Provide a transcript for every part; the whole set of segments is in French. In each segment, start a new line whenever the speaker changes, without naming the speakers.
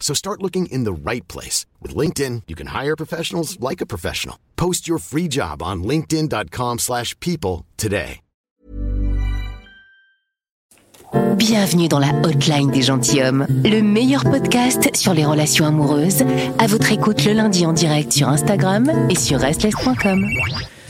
So start looking in the right place. With LinkedIn, you can hire professionals like a professional. Post your free job on linkedin.com slash people today.
Bienvenue dans la hotline des gentilshommes, le meilleur podcast sur les relations amoureuses. À votre écoute le lundi en direct sur Instagram et sur restless.com.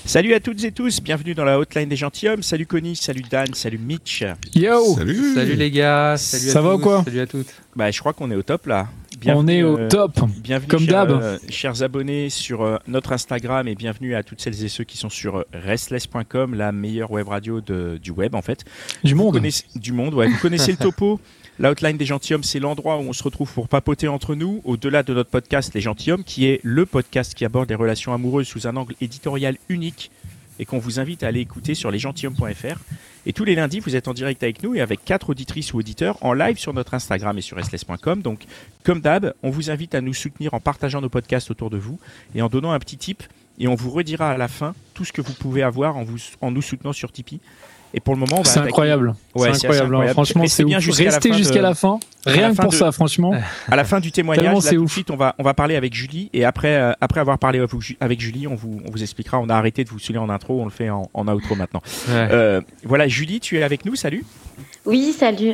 Salut à toutes et tous, bienvenue dans la hotline des gentilshommes. Salut Connie, salut Dan, salut Mitch.
Yo
Salut
Salut les gars, salut à
Ça va
tous,
ou quoi
Salut à toutes.
Bah, je crois qu'on est au top là.
On est au
euh,
top
Bienvenue,
Comme
chers,
d'hab.
euh, chers abonnés sur euh, notre Instagram et bienvenue à toutes celles et ceux qui sont sur euh, restless.com, la meilleure web radio de- du web en fait.
du
Vous
monde.
connaissez- du monde, ouais. Vous connaissez le topo. La hotline des gentilshommes, c'est l'endroit où on se retrouve pour papoter entre nous, au-delà de notre podcast Les gentilshommes, qui est le podcast qui aborde les relations amoureuses sous un angle éditorial unique et qu'on vous invite à aller écouter sur lesgentilshommes.fr. Et tous les lundis, vous êtes en direct avec nous et avec quatre auditrices ou auditeurs en live sur notre Instagram et sur restless.com. Donc, comme d'hab, on vous invite à nous soutenir en partageant nos podcasts autour de vous et en donnant un petit tip. Et on vous redira à la fin tout ce que vous pouvez avoir en, vous, en nous soutenant sur Tipeee. Et pour le moment, on va
C'est
attaquer-
incroyable.
Bah, Ouais,
c'est
c'est assez
incroyable. hein.
incroyable.
Franchement,
Restez
c'est
bien
ouf.
jusqu'à la
Restez
fin
jusqu'à
de-
la fin.
la
Rien que
fin
pour
de-
ça, franchement.
À la fin du témoignage,
Tellement
là,
c'est
tout de
ouf.
suite, on va, on va parler avec Julie. Et après, euh, après avoir parlé avec vous- avec Julie, on vous, on vous expliquera. On a arrêté de vous saouler en intro, on le fait en, en outro maintenant.
Ouais.
Euh, voilà, Julie, tu es avec nous, salut.
Oui, salut.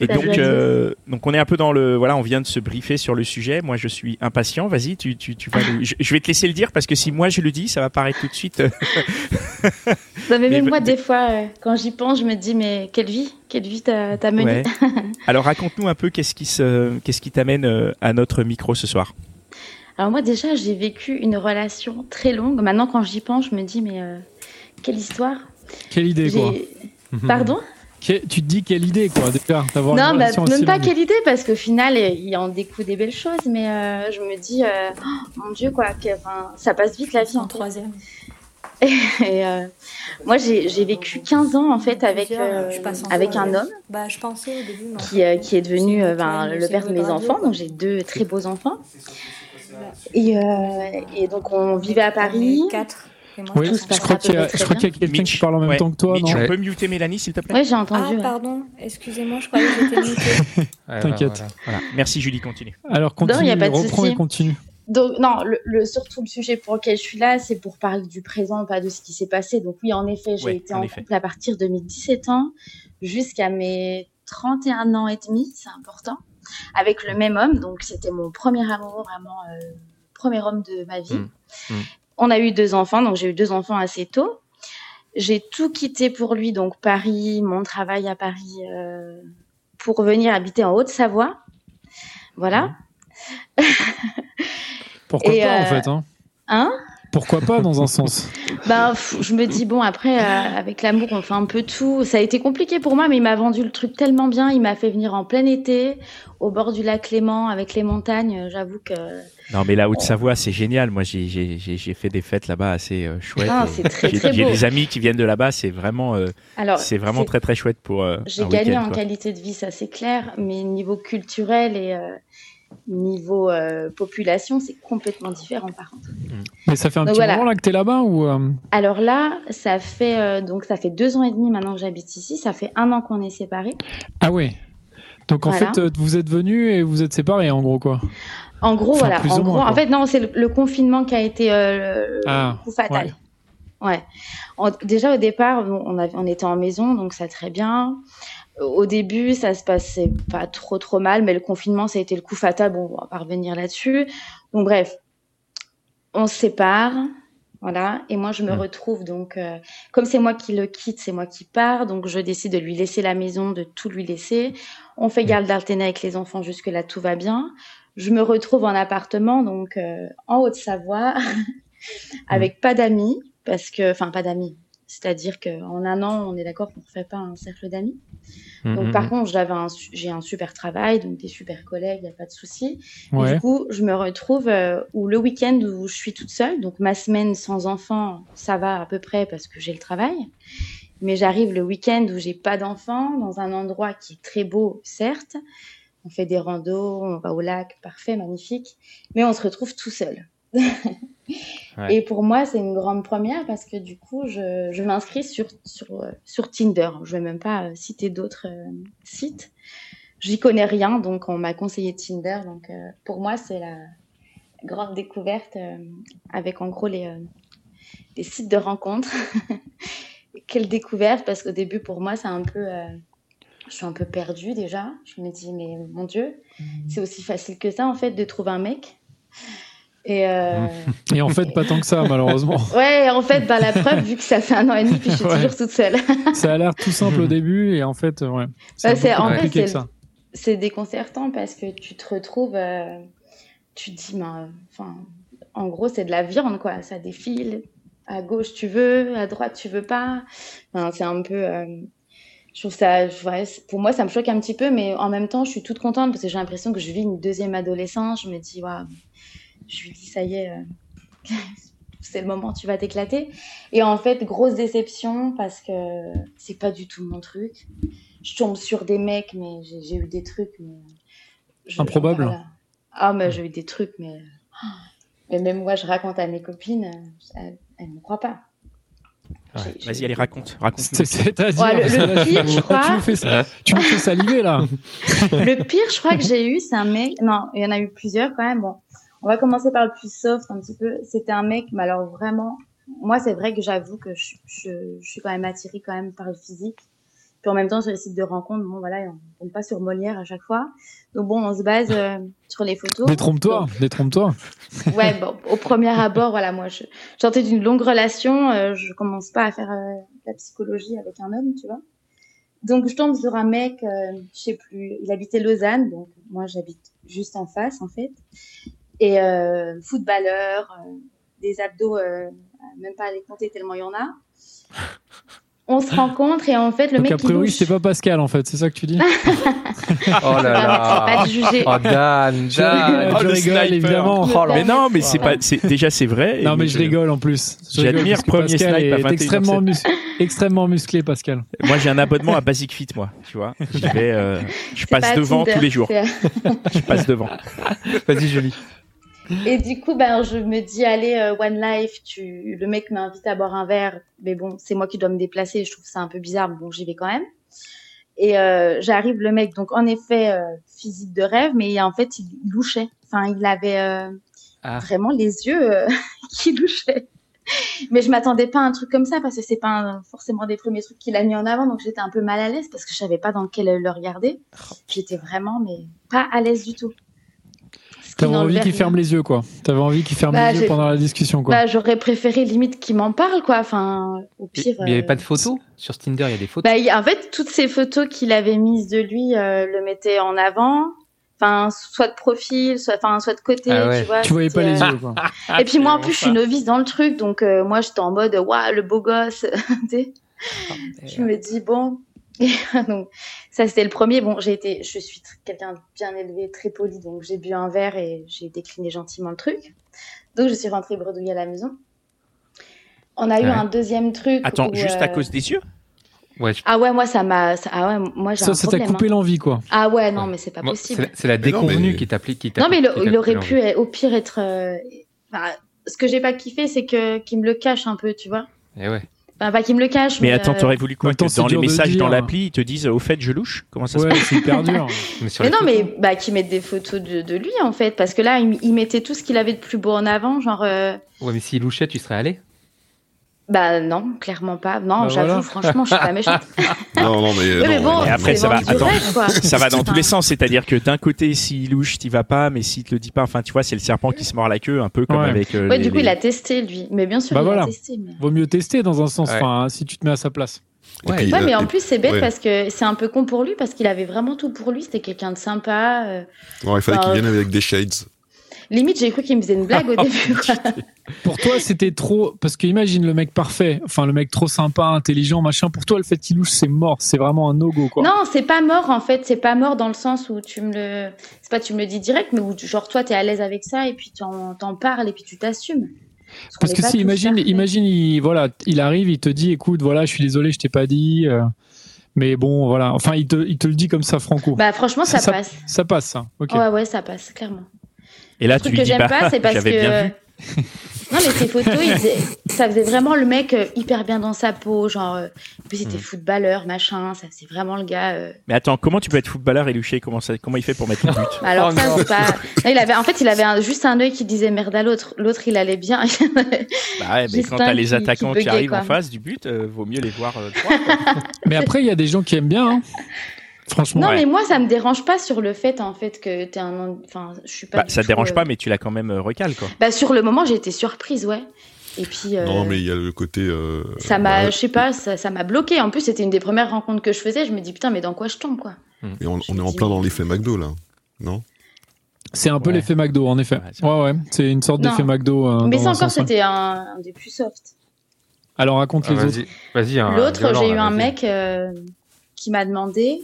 Et
Salut à
donc,
tous.
euh, donc, on est un peu dans le. Voilà, on vient de se briefer sur le sujet. Moi, je suis impatient. Vas-y, tu, tu, tu vas nous- je, je vais te laisser le dire parce que si moi je le dis, ça va paraître tout de suite. euh,
Non, mais,
mais-
même moi, des fois, euh, quand j'y pense, je me dis, mais quelle vie, quelle vie t'as t'as menée.
ouais. Alors, raconte-nous un peu qu'est-ce qui se, qu'est-ce qui t'amène euh, à notre micro ce soir.
Alors moi, déjà, j'ai vécu une relation très longue. Maintenant, quand j'y pense, je me dis, mais euh, quelle histoire.
Quelle idée, quoi.
J'ai-
Mhm.
Pardon
Que- Tu te dis quelle idée, quoi, déjà, d'avoir une
Non, bah,
relation aussi
même pas
longue.
quelle idée, parce qu'au final, euh, il en découle des belles choses. Mais euh, je me dis, euh, oh, mon Dieu, quoi, que- enfin, ça passe vite la vie. En troisième. Et euh, moi, j'ai j'ai vécu 15 ans, en fait, avec, euh, avec un homme.
Bah, je pensais au début, mais
qui, euh, qui est devenu euh, ben,
C'est
le père de mes
radio.
enfants. Donc j'ai deux très beaux enfants. Et, euh, et donc on vivait à Paris.
On est quatre, et moi,
Oui,
je
Tout se
je
passe
pense-
crois qu'il y a,
très
je crois qu'il y a quelqu'un
Mitch,
qui parle en même
ouais.
temps que toi,
Mitch,
non
on
Ouais.
peut muter Mélanie, s'il te plaît
Oui, j'ai
Ah,
entendu. ouais.
pardon, excusez-moi, je croyais que j'étais mutée.
Ouais,
T'inquiète.
voilà,
Merci, Julie, continue.
Alors continue,
Non, y a pas de
reprends
souci.
et continue.
Donc non, le, le- surtout le sujet pour lequel je suis là, c'est pour parler du présent, pas de ce qui s'est passé. Donc oui, en effet, j'ai
Ouais,
été
en
en
effet.
couple à partir de mes 17 ans jusqu'à mes 31 ans et demi, c'est important, avec le même homme. Donc c'était mon premier amour, vraiment euh, premier homme de ma vie.
Mmh,
Mm. Mm.
On a eu deux enfants, donc j'ai eu deux enfants assez tôt. J'ai tout quitté pour lui, donc Paris, mon travail à Paris, euh, pour venir habiter en Haute-Savoie. Voilà.
Pourquoi
Et,
pas, en
euh,
fait hein
Hein
Pourquoi pas, dans un sens
Bah, pff, je me dis, bon, après, euh, avec l'amour, on fait un peu tout. Ça a été compliqué pour moi, mais il m'a vendu le truc tellement bien. Il m'a fait venir en plein été, au bord du lac Léman, avec les montagnes. Euh, J'avoue que
Non, mais la Haute-Savoie, c'est génial. Moi, j'ai- j'ai j'ai- j'ai fait des fêtes là-bas assez euh, chouettes.
Ah,
Et
c'est très,
j'ai-
très
J'ai
beau.
des amis qui viennent de là-bas. C'est vraiment, euh,
Alors,
c'est vraiment
c'est-
très très chouette pour. euh,
J'ai
un
gagné
week-end,
en
quoi.
qualité de vie, ça c'est clair, mais niveau culturel et euh, niveau euh, population, c'est complètement différent par contre.
Mais ça fait un
Donc
petit
voilà.
moment là que t'es là-bas ou euh,
Alors là, ça fait euh, donc ça fait deux ans et demi maintenant que j'habite ici, ça fait un an qu'on est séparés.
Ah ouais. Donc en
Voilà.
fait, euh, vous êtes venus et vous êtes séparés, en gros, quoi.
En gros,
Enfin,
voilà.
plus
En,
ou moins,
gros, en
quoi.
fait, non, c'est le, le confinement qui a été euh, le,
Ah,
le coup fatal. Ouais. En- déjà, au départ, bon, on, avait- on était en maison, donc ça très bien. Au début, ça se passait pas trop trop mal, mais le confinement, ça a été le coup fatal. Bon, on va pas revenir là-dessus. Donc, bref. on se sépare. Voilà, et moi je me
Mm.
retrouve donc, euh, comme c'est moi qui le quitte, c'est moi qui pars, donc je décide de lui laisser la maison, de tout lui laisser. On fait garde d'alternat avec les enfants, jusque-là tout va bien. Je me retrouve en appartement, donc euh, en Haute-Savoie, avec pas d'amis, parce que, enfin pas d'amis, c'est-à-dire qu'en un an, on est d'accord qu'on ne refait pas un cercle d'amis.
Mm,
Donc, par contre, j'avais un su- j'ai un super travail, donc des super collègues, il n'y a pas de souci. Et
Ouais.
Du coup, je me retrouve euh, où le week-end où je suis toute seule, donc ma semaine sans enfant, ça va à peu près parce que j'ai le travail. Mais j'arrive le week-end où j'ai pas d'enfant, dans un endroit qui est très beau, certes. On fait des randos, on va au lac, parfait, magnifique. Mais on se retrouve tout seul.
Ouais.
Et pour moi, c'est une grande première parce que du coup, je, je m'inscris sur, sur, euh, sur Tinder. Je vais même pas euh, citer d'autres euh, sites. J'y connais rien, donc on m'a conseillé Tinder. Donc euh, pour moi, c'est la grande découverte euh, avec en gros les, euh, les sites de rencontres. Quelle découverte, parce qu'au début, pour moi, c'est un peu. euh, je suis un peu perdue déjà. Je me dis, mais mon Dieu, c'est aussi facile que ça, en fait, de trouver un mec. Et. euh,
Et en fait, pas tant que ça, malheureusement.
Ouais, en fait, bah, la preuve, vu que ça fait un an et demi, puis je suis
Ouais.
toujours toute seule.
ça a l'air tout simple au début, et en fait, euh, ouais.
Bah,
C'est
c'est-
beaucoup
en
plus
fait,
compliqué que
c'est-
ça.
c'est déconcertant parce que tu te retrouves, euh, tu te dis, ben, enfin, en gros, c'est de la viande, quoi. Ça défile. À gauche, tu veux. À droite, tu veux pas. Enfin, c'est un peu. euh, je trouve ça. ouais, c'est- pour moi, ça me choque un petit peu, mais en même temps, je suis toute contente parce que j'ai l'impression que je vis une deuxième adolescence. Je me dis, waouh, je lui dis, ça y est. euh, C'est le moment, tu vas t'éclater. Et en fait, grosse déception parce que c'est pas du tout mon truc je tombe sur des mecs, mais j'ai j'ai eu des trucs. Mais... euh, je- j'en
Improbable.
parle à- Ah, mais j'ai eu des trucs, mais. Mais même moi, je raconte à mes copines, euh, elles, elles me croient pas. J'ai- j'ai-
Vas-y, allez, raconte. raconte
C'est- hein, C'est-à-dire,
Ouais, le- le
là, tu
pire,
nous-
je crois-
tu nous fais ça- tu nous fais saliver là.
Le pire, je crois que j'ai eu, c'est un mec. Non, il y en a eu plusieurs quand même. Bon, on va commencer par le plus soft un petit peu. C'était un mec, mais alors vraiment, moi, c'est vrai que j'avoue que je, je- je suis quand même attirée quand même par le physique. Puis en même temps, sur les sites de rencontres, bon, voilà, on tombe pas sur Molière à chaque fois. Donc bon, on se base euh, sur les photos.
Détrompe-toi, détrompe-toi.
Ouais, bon, au premier abord, voilà, moi, je je sortais d'une longue relation, euh, je commence pas à faire euh, de la psychologie avec un homme, tu vois. Donc, je tombe sur un mec, euh, je sais plus, il habitait Lausanne, donc moi, j'habite juste en face, en fait. Et euh, footballeur, euh, des abdos, euh, à même pas à les compter tellement il y en a. On se rencontre et en fait, le
Donc
mec,
a
il
priori,
louche.
c'était pas Pascal en fait, c'est ça que tu dis.
Oh là
pas
là.
de juger.
Oh Dan,
Je rigole,
Dan.
Oh,
je
le
rigole,
sniper.
évidemment.
Oh là
Mais non, mais c'est
Voilà.
pas. c'est- Déjà, c'est vrai.
Non
et-
mais je rigole en plus. Je rigole
J'admire
parce que
premier
Pascal
snipe à
est
21h07.
extrêmement, mus- extrêmement musclé Pascal.
Moi, j'ai un abonnement à Basic Fit, moi. Tu vois, J'y vais, euh, je
C'est pas
passe devant
Tinder,
tous les jours.
c'est-
Je passe devant.
Oh, Vas-y, Julie.
Et du coup, ben, je me dis, allez, euh, One Life, tu... le mec m'invite à boire un verre, mais bon, c'est moi qui dois me déplacer, je trouve ça un peu bizarre, mais bon, j'y vais quand même. Et euh, j'arrive, le mec, donc en effet, euh, physique de rêve, mais en fait, il louchait. Enfin, il avait euh,
Ah.
vraiment les yeux euh, qui louchaient. Mais je m'attendais pas à un truc comme ça parce que c'est pas un- forcément des premiers trucs qu'il a mis en avant, donc j'étais un peu mal à l'aise parce que je savais pas dans quel œil le regarder.
Oh.
J'étais vraiment, mais pas à l'aise du tout. Ce qui
T'avais envie
n'enlevait
qu'il
rien.
ferme les yeux quoi. T'avais envie qu'il ferme
Bah,
les yeux
j'ai-
pendant la discussion quoi.
Bah, j'aurais préféré limite qu'il m'en parle, quoi. Enfin, au
Mais
pire.
il n'y avait
euh,
pas de photos Sur Tinder, il y a des photos.
bah, il- en fait, toutes ces photos qu'il avait mises de lui euh, le mettaient en avant. Enfin, soit de profil, soit, enfin, soit de côté,
Ah ouais.
tu vois.
tu voyais pas
c'était,
les
euh,
yeux quoi.
Et puis moi, en plus, je suis novice dans le truc, donc euh, moi, j'étais en mode, waouh, le beau gosse, tu sais. Je me dis bon. Et donc ça c'était le premier. Bon j'ai été, je suis tr- quelqu'un de bien élevé, très poli, donc j'ai bu un verre et j'ai décliné gentiment le truc. Donc je suis rentrée bredouille à la maison. On a eu
Ouais.
un deuxième truc.
Attends,
où,
juste à
euh,
cause des yeux
Ouais, je-
Ah ouais moi ça m'a, ça- ah ouais moi j'ai un
Ça, ça t'a
problème.
coupé
hein.
l'envie quoi.
Ah ouais non
Ouais.
mais c'est pas
moi,
possible.
C'est c'est la
Mais non,
déconvenue
mais-
qui t'applique. qui
Non, mais
t'applique-
il,
qui
il
t'applique
aurait
l'envie.
pu, euh, au pire, être. euh, enfin, ce que j'ai pas kiffé, c'est que qu'il me le cache un peu, tu vois.
Eh ouais.
Enfin, pas qu'il me le cache.
Mais attends,
euh,
t'aurais voulu quoi
Attends,
que
c'est
Dans les
dur de
messages,
dire.
dans l'appli, ils te disent au fait, je louche Comment ça se
Ouais,
passe
c'est hyper dur.
Mais sur
Mais
les
non,
photos-
mais bah, qui mettent des photos de, de lui, en fait. Parce que là, il, il mettait tout ce qu'il avait de plus beau en avant, genre... euh,
Ouais, mais s'il louchait, tu serais allé
Bah non, clairement pas. Non,
Bah
j'avoue,
voilà.
franchement, je suis pas méchante.
Non, non, mais.
Ouais, mais bon,
Et après,
c'est
ça va-
vendu du
attends.
rêve, quoi.
Ça va dans tous
Enfin,
les sens, c'est-à-dire que d'un côté, s'il louche, t'y vas pas, mais s'il te le dit pas, enfin, tu vois, c'est le serpent qui se mord la queue, un peu comme
Ouais.
avec. euh,
Ouais,
les-
du coup,
les-
il a testé, lui. Mais bien sûr,
Bah
il
voilà.
a testé. mais-
Vaut mieux tester dans un sens,
Ouais.
enfin, hein, si tu te mets à sa place.
Ouais,
Ouais, mais en plus, c'est bête
ouais.
parce que c'est un peu con pour lui, parce qu'il avait vraiment tout pour lui. C'était quelqu'un de sympa. euh.
il fallait
Bah,
qu'il vienne avec des shades.
Limite, j'ai cru qu'il me faisait une blague au début. quoi.
Pour toi, c'était trop. Parce que imagine le mec parfait, enfin le mec trop sympa, intelligent, machin. Pour toi, le fait qu'il louche, c'est mort. C'est vraiment un no-go, quoi.
Non, c'est pas mort en fait, c'est pas mort dans le sens où tu me le c'est pas tu me le dis direct mais où tu- genre toi tu es à l'aise avec ça et puis t'en t'en parles et puis tu t'assumes.
Parce
qu'on
que
est pas
si,
tous
imagine,
parfaits.
imagine, il, voilà, il arrive, il te dit, écoute, voilà, je suis désolé, je t'ai pas dit, euh, mais bon, voilà. Enfin, il te, il te le dit comme ça, Franco.
Bah franchement ça,
Ça- ça-
passe.
ça passe, ça. Ok.
Ouais ouais, ça passe clairement.
Et là,
Le
tu
truc
lui
que
dis
j'aime
bah,
pas c'est parce que
j'avais bien vu.
Non mais ces photos, ils faisaient- ça faisait vraiment le mec euh, hyper bien dans sa peau, genre euh, en plus c'était
Mhm.
footballeur, machin, ça faisait vraiment le gars euh,
Mais attends, comment tu peux être footballeur et loucher comment, ça- comment il fait pour mettre le but
Bah Alors
Oh
ça,
non.
c'est pas. Non, il avait, en fait, il avait un- juste un œil qui disait merde à l'autre. L'autre, il allait bien.
Bah ouais, mais
Justin
quand t'as les
qui-
attaquants
qui
qui,
buguait,
arrivent
quoi.
en face du but, euh, vaut mieux les voir euh, droit, quoi.
Mais après, il y a des gens qui aiment bien, hein. Franchement.
non,
Ouais.
mais moi, ça me dérange pas sur le fait en fait que t'es un. Enfin, je suis pas.
Bah,
du
ça te
tout,
dérange
euh,
pas, mais tu l'as quand même euh, recalé, quoi.
Bah sur le moment, j'ai été surprise, ouais. Et puis. euh,
Non, mais il y a le côté. euh,
Ça m'a,
bah,
voilà.
je sais pas, ça ça m'a bloqué. En plus, c'était une des premières rencontres que je faisais. Je me dis putain, mais dans quoi je tombe quoi
Et on, on est en
euh,
plein dans l'effet McDo, là. Non
C'est un peu
Ouais.
l'effet McDo, en effet.
Ouais, c'est
Ouais, ouais. C'est une sorte
Non.
d'effet McDo. euh,
Mais
dans
ça
un
encore,
sens, ouais.
c'était un, un des plus soft.
Alors, raconte
Ah,
les autres.
vas-y, vas-y. un
L'autre,
violent,
j'ai eu
là,
un
vas-y.
mec euh, qui m'a demandé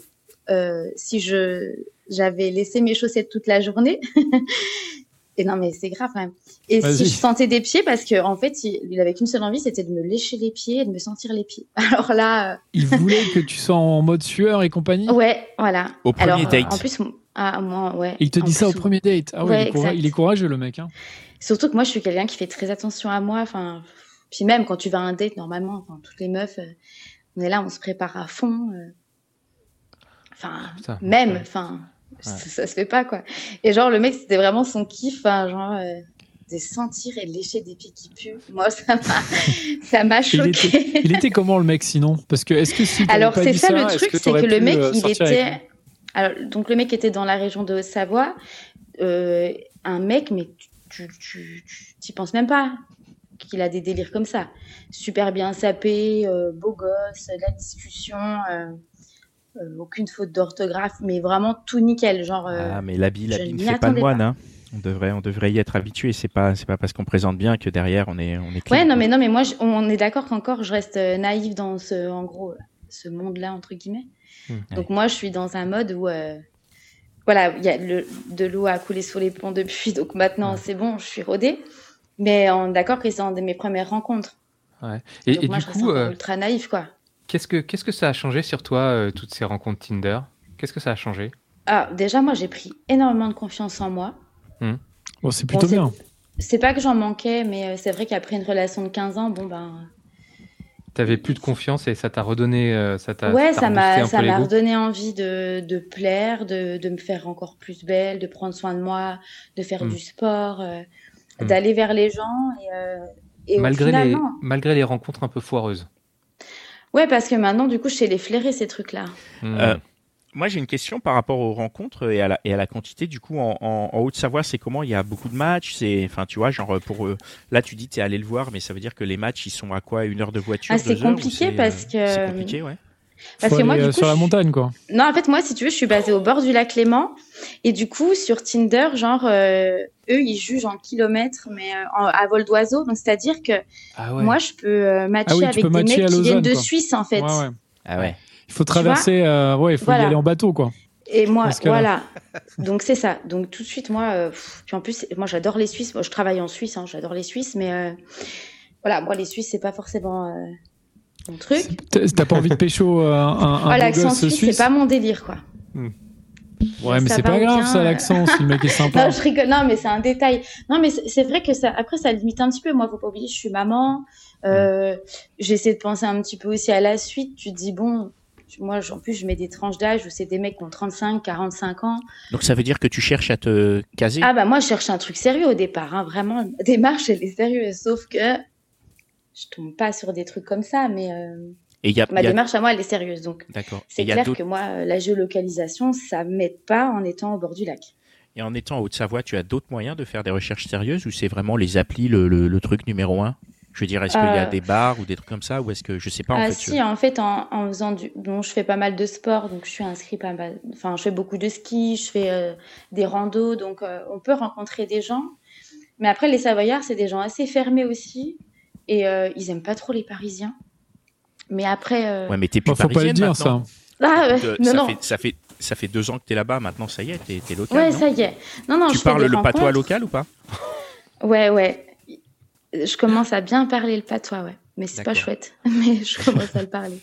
euh, si je j'avais laissé mes chaussettes toute la journée. Et non, mais c'est grave quand même. Et si
Vas-y.
je sentais des pieds, parce que en fait, il, il avait qu'une seule envie, c'était de me lécher les pieds et de me sentir les pieds. Alors là,
Il voulait que tu sois en mode sueur et compagnie.
euh, ouais, voilà.
Au premier
Alors, euh,
date.
En plus, m- ah, moi, ouais.
Et il te
en
dit ça au
plus,
premier date. Ah ouais,
Ouais,
il, est coura-
exact.
il est courageux, le mec. Hein.
Surtout que moi, je suis quelqu'un qui fait très attention à moi. Enfin, puis même quand tu vas à un date, normalement, enfin, toutes les meufs, euh, on est là, on se prépare à fond. euh. Enfin,
Putain.
même, enfin, ça, ça se fait pas quoi. Et genre le mec, c'était vraiment son kiff, hein, genre euh, de sentir et de lécher des pieds qui puent. Moi, ça m'a, ça m'a
Il était-
choqué.
Il était comment, le mec, sinon Parce que, est-ce que si. t'avais
Alors
pas
c'est
dit
ça, le
est-ce
truc, c'est
t'aurais
que le
pu,
mec,
euh,
il
sortir avec lui
était, alors donc le mec était dans la région de Haute-Savoie, Euh, un mec, mais tu, tu, tu, tu- t'y penses même pas qu'il a des délires comme ça. Super bien sapé, euh, beau gosse, la discussion. euh, euh, aucune faute d'orthographe, mais vraiment tout nickel. Genre, euh,
Ah, mais l'habit,
je
l'habit ne
m'y
fait pas le
attendais
moine, hein. On devrait, on devrait y être habitué. C'est pas, c'est pas parce qu'on présente bien que derrière on est, on est.
Ouais,
clean,
non,
quoi.
mais non, mais moi, je- on est d'accord qu'encore, je reste euh, naïve dans ce, en gros, euh, ce monde-là entre guillemets.
Hmm,
Donc moi, je suis dans un mode où, euh, voilà, il y a le- de l'eau a coulé sur les ponts depuis, donc maintenant,
Ouais.
c'est bon, je suis rodée. Mais on est d'accord que c'est une de mes premières rencontres.
Et,
donc
et
moi,
du
je reste
coup,
encore
euh,
ultra naïf, quoi.
qu'est-ce que qu'est-ce que ça a changé sur toi euh, toutes ces rencontres Tinder Qu'est-ce que ça a changé
Ah, déjà, moi, j'ai pris énormément de confiance en moi.
Bon, Oh, c'est
Bon,
plutôt
c'est-
bien.
C'est pas que j'en manquais, mais euh, c'est vrai qu'après une relation de 15 ans, bon ben,
T'avais plus de confiance et ça t'a redonné, euh, ça t'a
ouais,
t'a
ça
reboosté
m'a
un
ça
peu
m'a
l'ego.
redonné envie de, de plaire, de, de me faire encore plus belle, de prendre soin de moi, de faire
Hmm.
Mm.
du sport, euh,
Mm.
d'aller vers les gens et, euh, et au
Malgré
final,
les
non.
malgré les rencontres un peu foireuses.
Ouais, parce que maintenant du coup, je sais les flairer ces trucs-là.
Hmm.
Euh, Moi, j'ai une question par rapport aux rencontres et à la, et à la quantité. Du coup, en, en, en Haute-Savoie, c'est comment Il y a beaucoup de matchs. C'est, enfin, tu vois, genre pour euh, là, tu dis t'es allé le voir, mais ça veut dire que les matchs, ils sont à quoi Une heure de voiture
Ah, c'est
deux heures, ou
compliqué
c'est, euh,
parce que-
c'est compliqué, ouais.
Parce
Faut
que moi,
aller,
du
euh,
coup,
sur la
je-
montagne, quoi.
Non, en fait, moi, si tu veux, je suis basée au bord du lac Léman. Et du coup, sur Tinder, genre, euh, eux, ils jugent en kilomètres, mais euh, en- à vol d'oiseau. Donc, c'est-à-dire que
ah ouais.
moi, je peux euh, matcher
Ah oui, tu
avec
peux
des
matcher à
mecs qui viennent
Lausanne,
de
quoi.
Suisse, en fait.
Ouais, ouais.
Ah ouais.
Il faut
vois
traverser, euh, ouais, il faut
Voilà.
y aller en bateau, quoi.
Et moi,
Dans ce cas-là.
voilà. Donc c'est ça. Donc tout de suite, moi, euh, pff, puis en plus, c'est- moi j'adore les Suisses. Moi, je travaille en Suisse, hein, j'adore les Suisses, mais euh, voilà, moi les Suisses, c'est pas forcément euh, mon truc.
C'est- t'as- T'as pas envie de pécho euh, un, un,
Ah,
un beau
l'accent
gosse
suisse, c'est
suisse
pas mon délire, quoi.
Ouais, mais
ça
c'est
va
pas
bien,
grave, ça,
euh.
l'accent, si le mec est
Non,
sympa.
je rigole. Non, mais c'est un détail. Non, mais c'est c'est vrai que ça. Après, ça limite un petit peu. Moi, faut pas oublier, je suis maman. Euh, J'essaie de penser un petit peu aussi à la suite. Tu te dis bon. tu- Moi, j- en plus, je mets des tranches d'âge où c'est des mecs qui ont 35, 45 ans.
Donc ça veut dire que tu cherches à te caser.
Ah bah moi, je cherche un truc sérieux au départ, hein, vraiment. La démarche, elle est sérieuse, sauf que je tombe pas sur des trucs comme ça, mais euh,
Et il y a,
ma
il y a-
démarche à moi, elle est sérieuse. Donc,
D'accord. Et
c'est
il y a
clair
d'autres-
que moi, euh, la géolocalisation, ça m'aide pas en étant au bord du lac.
Et en étant en Haute-Savoie, tu as d'autres moyens de faire des recherches sérieuses ou c'est vraiment les applis le, le- le truc numéro un Je veux dire, est-ce qu'il y a
Euh.
des bars ou des trucs comme ça ou est-ce que je sais pas en
Ah
fait euh,
si, en fait, en, en faisant du, bon, je fais pas mal de sport, donc je suis inscrite pas mal. Enfin, je fais beaucoup de ski, je fais euh, des randos, donc euh, on peut rencontrer des gens. Mais après, les Savoyards, c'est des gens assez fermés aussi, et euh, ils aiment pas trop les Parisiens. Mais après, euh,
Ouais, mais t'es plus
Bah, faut pas le
parisienne
dire
maintenant.
ça.
ah ouais,
De-
non
euh, ça,
non,
Fait, ça, fait, ça fait deux ans que t'es là-bas, maintenant ça y est, t'es es local.
ouais,
non
ça y est. Non non,
tu
je fais
parles
des
le patois
rencontres.
local ou pas
Ouais ouais, je commence à bien parler le patois, ouais. Mais c'est pas
D'accord.
chouette, mais je commence à le parler.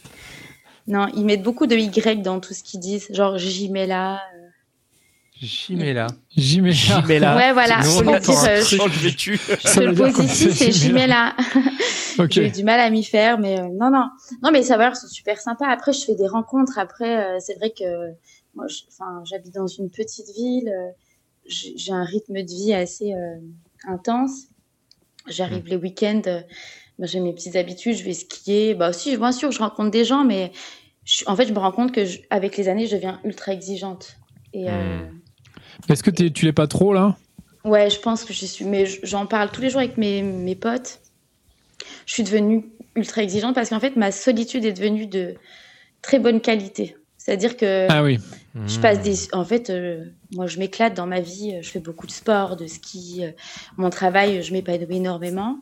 Non, ils mettent beaucoup de y dans tout ce qu'ils disent, genre j'y mets là.
Chimela.
Jimena.
Jimena.
Ah, Ouais, voilà,
Ah, C'est
faut
non,
le dire,
attends,
euh,
change de vêtu.
Je te le pose ici, c'est Jimela.
Ok.
J'ai eu du mal à m'y faire, mais euh, non, non. Non, mais les saveurs sont super sympas. Après, je fais des rencontres. Après, euh, c'est vrai que euh, moi, je- enfin, j'habite dans une petite ville. euh, j'ai j'ai un rythme de vie assez euh, intense. J'arrive les week-ends, euh, moi, j'ai mes petites habitudes, je vais skier. Bah, si, bien sûr, je rencontre des gens, mais je- en fait, je me rends compte que je- avec les années, je deviens ultra exigeante. Et, euh,
Est-ce que t'es- tu l'es pas trop là
Ouais, je pense que je suis, mais j- j'en parle tous les jours avec mes, mes potes. Je suis devenue ultra exigeante parce qu'en fait, ma solitude est devenue de très bonne qualité. C'est-à-dire que
Ah oui.
je passe
Hmm.
des. En fait, euh, moi, je m'éclate dans ma vie. Je fais beaucoup de sport, de ski. euh, Mon travail, je m'épanouis énormément.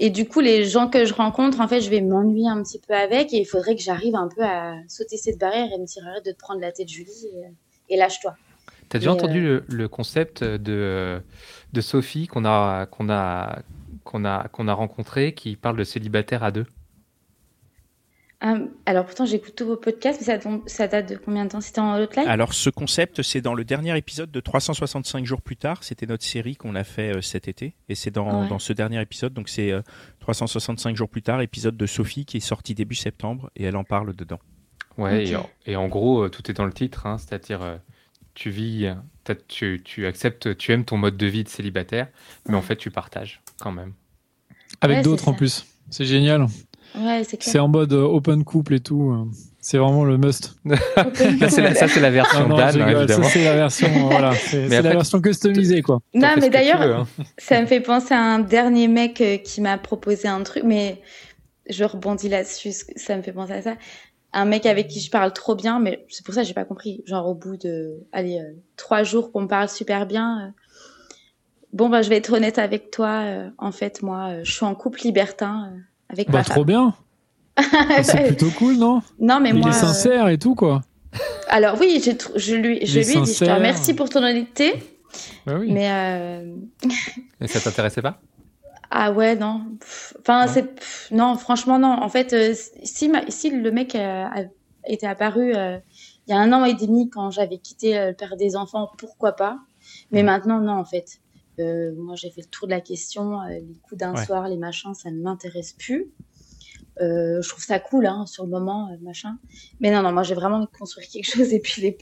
Et du coup, les gens que je rencontre, en fait, je vais m'ennuyer un petit peu avec. Et il faudrait que j'arrive un peu à sauter cette barrière et me dire arrête de te prendre la tête, Julie, et, et lâche-toi.
T'as déjà
Mais,
entendu le, le concept de, de Sophie qu'on a, qu'on a, qu'on a, qu'on a rencontré qui parle de célibataire à deux
Ah, alors pourtant j'écoute tous vos podcasts, mais ça, tombe- ça date de combien de temps C'était en hotline
Alors, ce concept, c'est dans le dernier épisode de 365 jours plus tard. C'était notre série qu'on a fait euh, cet été. Et c'est dans,
Ouais.
dans ce dernier épisode. Donc, c'est euh, 365 jours plus tard, épisode de Sophie qui est sorti début septembre. Et elle en parle dedans.
Ouais,
Ok.
et, en, et en gros, euh, tout est dans le titre, hein, c'est-à-dire euh, tu vis, euh, t'as- tu, tu acceptes, tu aimes ton mode de vie de célibataire, mais en fait tu partages quand même.
Avec
Ouais,
d'autres
c'est
en
ça.
plus. C'est génial.
Ouais,
Ah.
c'est
C'est
clair.
en mode euh, open couple et tout. euh, C'est vraiment le must.
Open
Ça, c'est la, ça, c'est la
Ah
version
non, je
d'Anne, hein,
rigole, ça
évidemment.
c'est la version, euh, voilà, c'est c'est la
après-
version customisée quoi.
Non,
T'en fais ce
mais
que tu veux,
d'ailleurs,
hein.
ça me fait penser à un dernier mec euh, qui m'a proposé un truc, mais je rebondis là-dessus, ce- ça me fait penser à ça. Un mec avec qui je parle trop bien, mais c'est pour ça que j'ai pas compris. Genre au bout de, allez, euh, trois jours qu'on parle super bien. euh, Bon, bah, je vais être honnête avec toi. euh, en fait, moi, euh, je suis en couple libertin euh, avec
Bah
ma
trop
femme.
bien. C'est plutôt cool non
non, mais
Il
moi.
est
euh,
sincère et tout quoi.
Alors oui, j'ai tr- je lui,
Il
je
est
lui ai dit, je te
sincère.
remercie pour ton honnêteté,
Bah oui.
mais euh,
Et ça t'intéressait pas
ah ouais, non. Pff, Enfin,
Non.
c'est pff, non, franchement non. En fait, euh, si ma- si le mec euh, a- était apparu euh, il y a un an et demi quand j'avais quitté euh, le père des enfants, pourquoi pas Mais maintenant, non, en fait. Euh, moi, j'ai fait le tour de la question. euh, les coups d'un
Ouais.
soir, les machins, ça ne m'intéresse plus. Euh, je trouve ça cool, hein, sur le moment, euh, machin. Mais non, non, moi, j'ai vraiment envie de construire quelque chose. Et puis, les-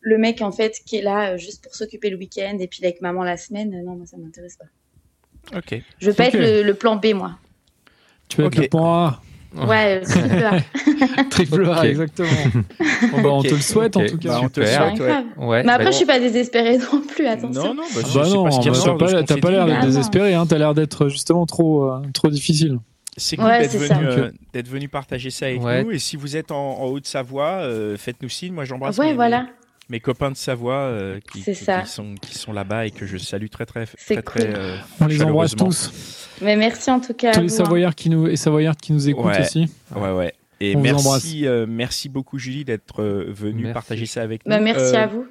le mec, en fait, qui est là euh, juste pour s'occuper le week-end et puis avec maman la semaine, euh, non, moi, ça m'intéresse pas.
Ok.
Je veux pas
Ok.
être le, le plan B, moi.
Tu vas
Ok.
être le point A,
Ouais.
Ouais, euh, triple A.
triple A
Ok.
exactement. Bon, bah, on
Ok.
te le souhaite
Ok.
en tout cas.
Bah,
on te le
super.
souhaite, ouais.
Grave.
Ouais,
Mais
bah,
après, je suis pas désespérée non plus,
Non,
attention.
non,
Ah
bah, c'est-
bah
c'est
non,
pas ce qui
bah,
ressort
t'as
de
pas
ce
l'air-
qu'on
t'as
s'est
pas l'air
dit,
d'être
mais-
Ah non.
désespéré, hein, t'as l'air d'être justement trop, euh, trop difficile.
C'est cool
Ouais,
d'être
c'est
venu,
ça.
euh, d'être venu partager ça avec
Ouais.
nous. Et si vous êtes en, en Haute-Savoie, euh, faites-nous signe. Moi, j'embrasse
Ouais,
mes,
voilà.
mes copains de Savoie euh, qui,
C'est
qui-
ça.
qui sont, qui sont là-bas et que je salue très, très, très,
C'est
très,
cool.
euh,
On les embrasse
chaleureusement.
tous.
Mais merci en tout cas. à
Tous les
vous, hein.
Savoyards qui nous, et Savoyards qui nous écoutent
Ouais.
aussi.
Ouais, ouais. Et
On vous embrasse.
merci, euh, merci beaucoup, Julie, d'être euh, venue
Merci.
partager ça avec nous.
Bah, merci
Euh,
à vous.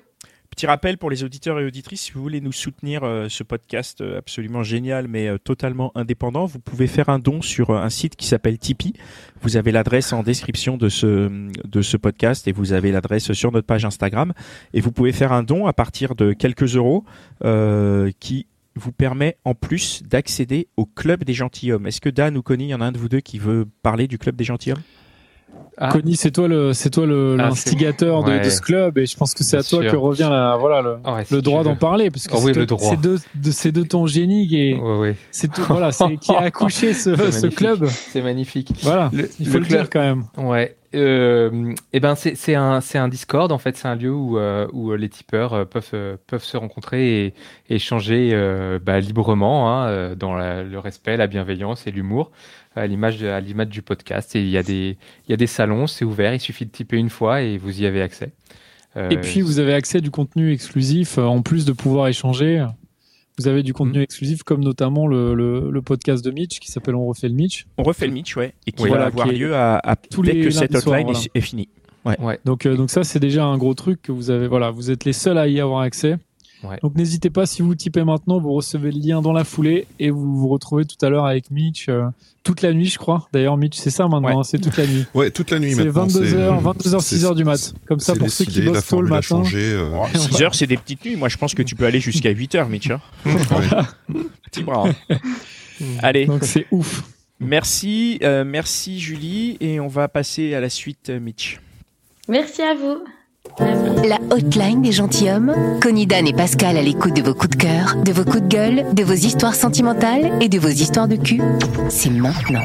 Petit rappel pour les auditeurs et auditrices, si vous voulez nous soutenir euh, ce podcast euh, absolument génial mais euh, totalement indépendant, vous pouvez faire un don sur euh, un site qui s'appelle Tipeee. Vous avez l'adresse en description de ce de ce podcast et vous avez l'adresse sur notre page Instagram et vous pouvez faire un don à partir de quelques euros euh, qui vous permet en plus d'accéder au club des gentilshommes. Est-ce que Dan ou Connie, il y en a un de vous deux qui veut parler du club des gentilshommes
Ah.
Connie, c'est toi le, c'est toi le-
Ah,
l'instigateur
c'est-
de- de,
ouais.
ce club et je pense que c'est à
Bien
toi
sûr.
que revient la, voilà, le,
Ah Ouais, si
le
tu
droit
veux.
d'en parler parce que
Ah oui,
c'est
le
toi-
droit.
c'est de, de, c'est de ton génie et
Ouais, ouais.
c'est tout, voilà, c'est qui a accouché ce,
C'est
ce
magnifique.
club.
C'est magnifique.
Voilà.
Le-
Il faut le,
le
dire quand même.
Ouais. et ben c'est c'est un c'est un Discord en fait c'est un lieu où euh, où les tipeurs euh, peuvent euh, peuvent se rencontrer et et échanger euh, bah, librement hein, euh, dans la- le respect la bienveillance et l'humour à l'image de- à l'image du podcast et il y a des il y a des salons c'est ouvert il suffit de typer une fois et vous y avez accès. Euh,
Et puis vous avez accès à du contenu exclusif euh, en plus de pouvoir échanger. Vous avez du
Hmm.
contenu exclusif comme notamment le, le, le podcast de Mitch qui s'appelle On refait le Mitch.
On refait le Mitch, ouais, et qui
Oui,
va
voilà,
avoir
qui est-
lieu à, à-
tous
dès
les
que cette
lundis soirs,
hotline est-
voilà.
est, finie.
Donc euh, donc ça c'est déjà un gros truc que vous avez. Voilà, vous êtes les seuls à y avoir accès.
Ouais.
Donc n'hésitez pas si vous typez maintenant, vous recevez le lien dans la foulée et vous vous retrouvez tout à l'heure avec Mitch euh, toute la nuit je crois. D'ailleurs Mitch c'est ça maintenant,
Ouais.
hein, c'est toute la nuit.
Ouais, toute la nuit
C'est
maintenant.
22h, 22h
c'est-
6h du mat. Comme ça
c'est
pour ceux qui
décidé, la
bossent tôt le matin.
formule a changé, euh,
6 heures, c'est des petites nuits. Moi, je pense que tu peux aller jusqu'à 8 heures, Mitch. hein.
ouais.
Petit bras. hein. Allez,
Donc c'est ouf.
merci, euh, merci Julie, et on va passer à la suite, euh, Mitch.
Merci à vous.
La hotline des gentilshommes. Conidan et Pascal à l'écoute de vos coups de cœur, de vos coups de gueule, de vos histoires sentimentales et de vos histoires de cul. C'est maintenant.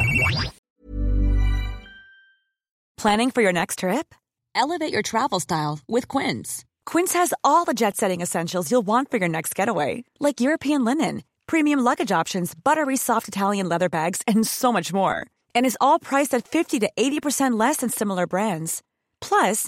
Planning for your next trip? Elevate your travel style with Quince. Quince has all the jet setting essentials you'll want for your next getaway, like European linen, premium luggage options, buttery soft Italian leather bags, and so much more. And is all priced at 50 to 80% less than similar brands. Plus,